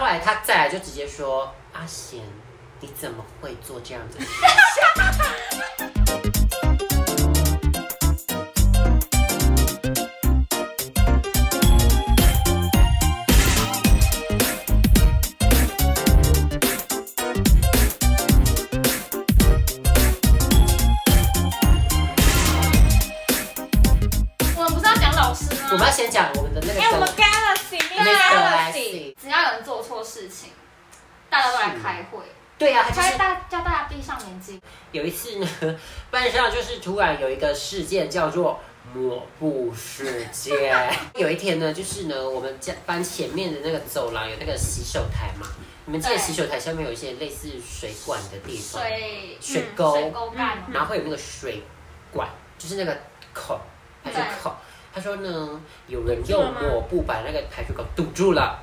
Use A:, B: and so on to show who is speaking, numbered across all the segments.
A: 来他再来就直接说：“阿贤，你怎么会做这样子的事？”
B: 我们不是要讲老师吗？
A: 我们要先讲我们的那个
C: 哎、我们 Galaxy
A: 那个
B: Galaxy
A: Galaxy
B: 只要有人做错事情，大家都来开会，
A: 对呀、啊，他
B: 开
A: 就是
B: 大叫大家闭上眼睛。
A: 有一次呢， 班上就是突然有一个事件叫做抹布事件。有一天呢，就是呢，我们家班前面的那个走廊有那个洗手台嘛，你们记得
B: 对
A: 洗手台下面有一些类似水管的地方，
B: 水
A: 水
C: 嗯
A: 沟，
B: 水沟盖嘛，
A: 然后会有那个水管，就是那个口排水口。他说呢，有人用抹布把那个排水口堵住了，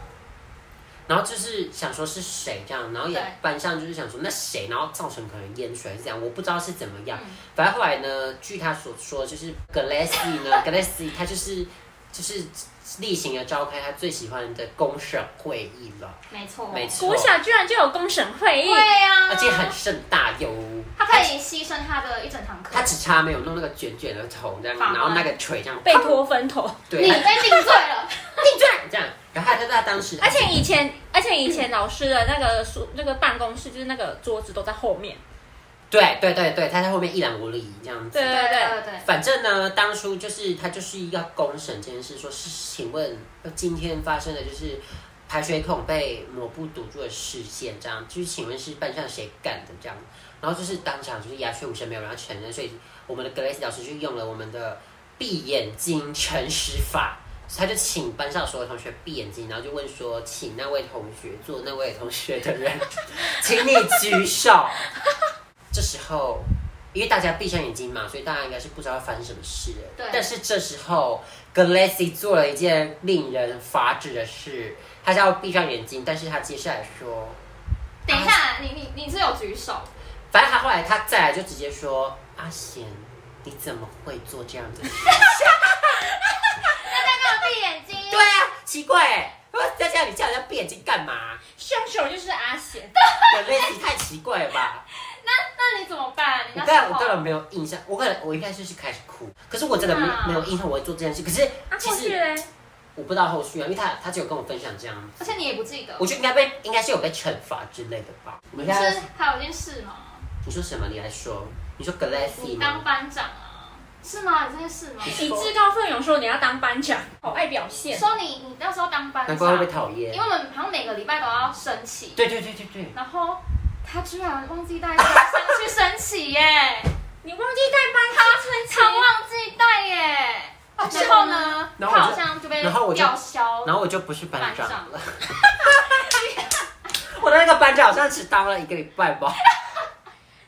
A: 然后就是想说是谁这样，然后也
B: 对
A: 班上就是想说那谁，然后造成可能淹水还是这样，我不知道是怎么样。
B: 嗯
A: 反正后来呢，据他所说，就是 Galaxy 呢，Galaxy 他就是就是例行的召开他最喜欢的公审会议了，
B: 没错，
A: 没错哎
C: 国小居然就有公审会议
B: 对，呀、
A: 而且很盛大哟。
B: 他可以牺牲他的一整堂课
A: 他。只差没有弄那个卷卷的头这样，
B: 法
A: 然
B: 官
A: 后那个锤这样
C: 被拖分头。
A: 对，
B: 你被定罪 了，
A: 定罪这样。然后他就在当时，
C: 而且以前，而且以前老师的那个 书、那个办公室，就是那个桌子都在后面。
A: 对对对对，他在后面一览无遗这样子。
C: 对对对
B: 对对，
A: 反正呢，当初就是他就是要公审这件事，说是请问呃今天发生的就是排水孔被抹布堵住的事件，这样就是请问是班上谁干的这样，然后就是当场就是鸦雀无声，没有人要承认，所以我们的格雷斯老师就用了我们的闭眼睛诚实法。他就请班上所有同学闭眼睛，然后就问说：“请那位同学做那位同学的人， 请你举手。”这时候，因为大家闭上眼睛嘛，所以大家应该是不知道发生什么事了。
B: 对
A: 但是这时候，Galaxy 做了一件令人发指的事，他是要闭上眼睛，但是他接下来说，
B: 等一下，你你你是有举手，
A: 反正他后来他再来就直接说：“阿贤，你怎么会做这样子的事？”
B: 大家干嘛闭眼睛？
A: 对啊，奇怪哎、 我在家里叫人家闭眼睛干嘛
C: 凶手就是阿贤，
A: ？Galaxy 太奇怪了吧？
B: 那那你怎么办？你
A: 我
B: 那
A: 当然
B: 时
A: 我当
B: 候
A: 然没有印象，我可能我应该就是开始哭，可是我真的没
B: 啊
A: 没有印象我会做这件事。可是
C: 啊，
A: 其
C: 过
A: 实
C: 去嘞，
A: 我不知道后续啊，因为他他只有跟我分享这样
B: 而且你也不记得，
A: 我觉得应该被应该是有被惩罚之类的吧。你
B: 你
A: 现在
B: 是还有一件事吗？
A: 你说什么？你来说，你说
B: 你
A: Galaxy
B: 当
A: 吗？
B: 班长啊？是吗？有这件事吗？
C: 以自告奋勇说你要当班长，好爱表现。
B: 说你你那时候当班
A: 难
B: 长，
A: 怪会被讨厌
B: 因为。我们好像每个礼拜都要升旗，
A: 对对对对对，
B: 然后他居然忘记带 班上去升旗耶，
C: 你忘记带班啊他升
B: 他忘记带耶。
C: 啊
B: 之后呢，他
A: 然后我就
B: 好像就被
A: 然后我就
B: 吊销
A: 然后我就不是班
B: 班
A: 长
B: 长
A: 了， 我的那个班长好像只当了一个礼拜吧。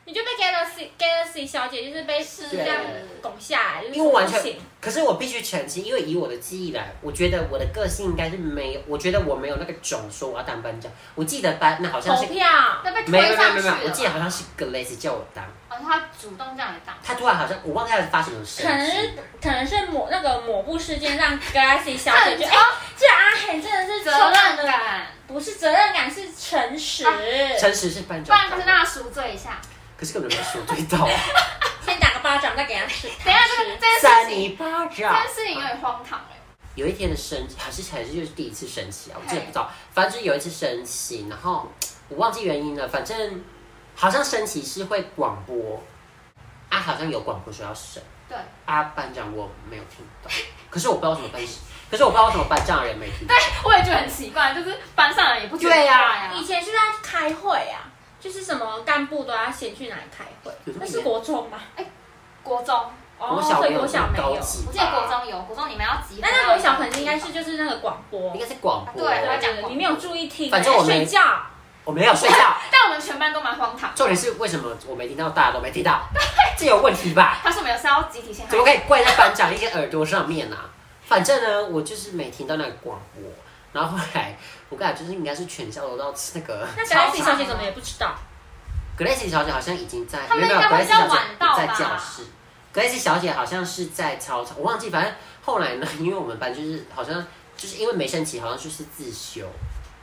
C: 你就被 Galaxy Galaxy 小姐就是被是这样拱下来，就是
A: 因为我完全
C: 不行，
A: 可是我必须澄清，因为以我的记忆来，我觉得我的个性应该是没有，我觉得我没有那个种说我要当班长。我记得班那好像
C: 投
A: 是
C: 票，
B: 那被
A: 没有没有没有
B: 推上啊
A: 没
B: 去
A: 有，没有我记得
B: 了，
A: 好像是 Galaxy 叫我当，
B: 好像他主动这样来当。
A: 他突然好像我忘记他发什么事
C: 可能是
A: 情，
C: 可能是抹那个抹布事件让 Galaxy 小姐就
B: 很哦
C: 哎，这阿贤真的是
B: 责
C: 充满
B: 任啊
C: 了
B: 感，
C: 不是责任感，是诚实。
A: 诚实是班
B: 不
A: 长
B: 然啊就是
A: 当
B: 让他赎罪一下。
A: 可是根本没说对到啊，
C: 先打个巴掌，再给他 吃。
B: 等一下，这个这件事
A: 扇
B: 情，
A: 你一巴
B: 这
A: 掌
B: 件。事情有点荒唐哎。
A: 有一天的升旗，还是还是就是第一次升旗啊，我记得不知道，反正就是有一次升旗，然后我忘记原因了，反正好像升旗是会广播，啊，好像有广播说要升，
B: 对，
A: 啊，班长我没有听 到，可是我不知道什么班，可是我不知道为什么班长的人没听到
B: 对，，我也觉得很奇怪，就是班上人也不觉得
A: 对呀
B: 怪
C: 以前是要开会啊，就是什么干部都要先去哪里开会
A: 有这，么
C: 那
A: 严
C: 是国中吧？
B: 国中，
C: 哦，
A: 国小
C: 所
A: 没
C: 以
A: 有
C: 国小
A: 那么
C: 没
A: 高
C: 有。
A: 级吧，
B: 哦我记得国中有，国中你们要集合。
C: 那哎那国小可能应该是就是那个广播
A: 应，该是广播，
B: 啊对他讲广播
C: 你没有注意听，
A: 反正我
C: 你在
A: 没
C: 睡觉。
A: 我没有睡觉，
B: 但我们全班都蛮荒唐。
A: 重点是为什么我没听到，大家都没听 到，这有问题吧？
B: 他说没有是要集体陷害
A: 怎么，可以怪在班长一些耳朵上面啊？反正呢，我就是没听到那个广播，然后后来我感觉就是应该是全校都到那个
C: 那
B: 吵
C: Galaxy 小姐怎么也不知道？
A: Grace 小姐好像已经在，
B: 他们
A: 没有没有
B: 应该
A: Grace
B: 会比较
A: 小姐
B: 晚到
A: 不在
B: 吧
A: 教室，Grace 小姐好像是在操场，我忘记，反正后来呢，因为我们班就是好像就是因为没升旗，好像就是自修，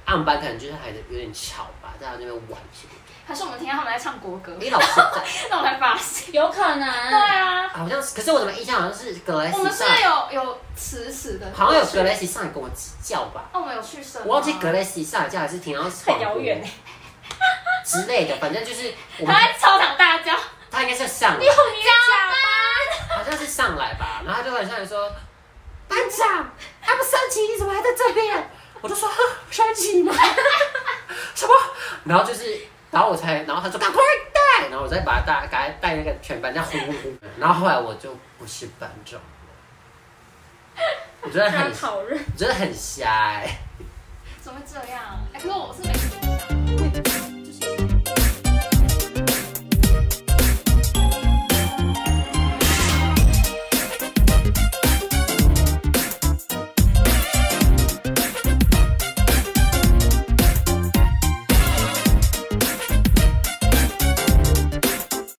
A: 暗班可能就是还是有点吵吧，在那边玩什么的。
B: 还是我们听到他们在唱国歌，
A: 你老师在，
B: 那我才发现。
C: 有可
B: 对
C: 能。
B: 啊，
A: 好像是，可是我怎么印象好像嗯是格雷
B: 我
A: 西
B: 们是
A: 上，
B: 有有迟迟的，
A: 好像有格雷西上来跟我指教吧。
B: 哦，我们有去生吗，
A: 我忘记格雷西上来叫还是听到
C: 很遥远欸
A: 之类的，反正就是我们
B: 他在操场 大叫，
A: 他应该是上来，
C: 你假
A: 好像是上来吧，然后他就很上来说：“班长，还不升旗，你怎么还在这边？”我就说：“哼升旗吗？什么？”然后就是，然后我才，然后他说：“赶快带！”然后我再把他带，赶快带那个全班这样呼呼呼。然后后来我就不是班长了我真的
C: 班，
A: 很，
C: 讨论。
A: 我真的很瞎哎、
B: 怎么会这样？哎，可是我是没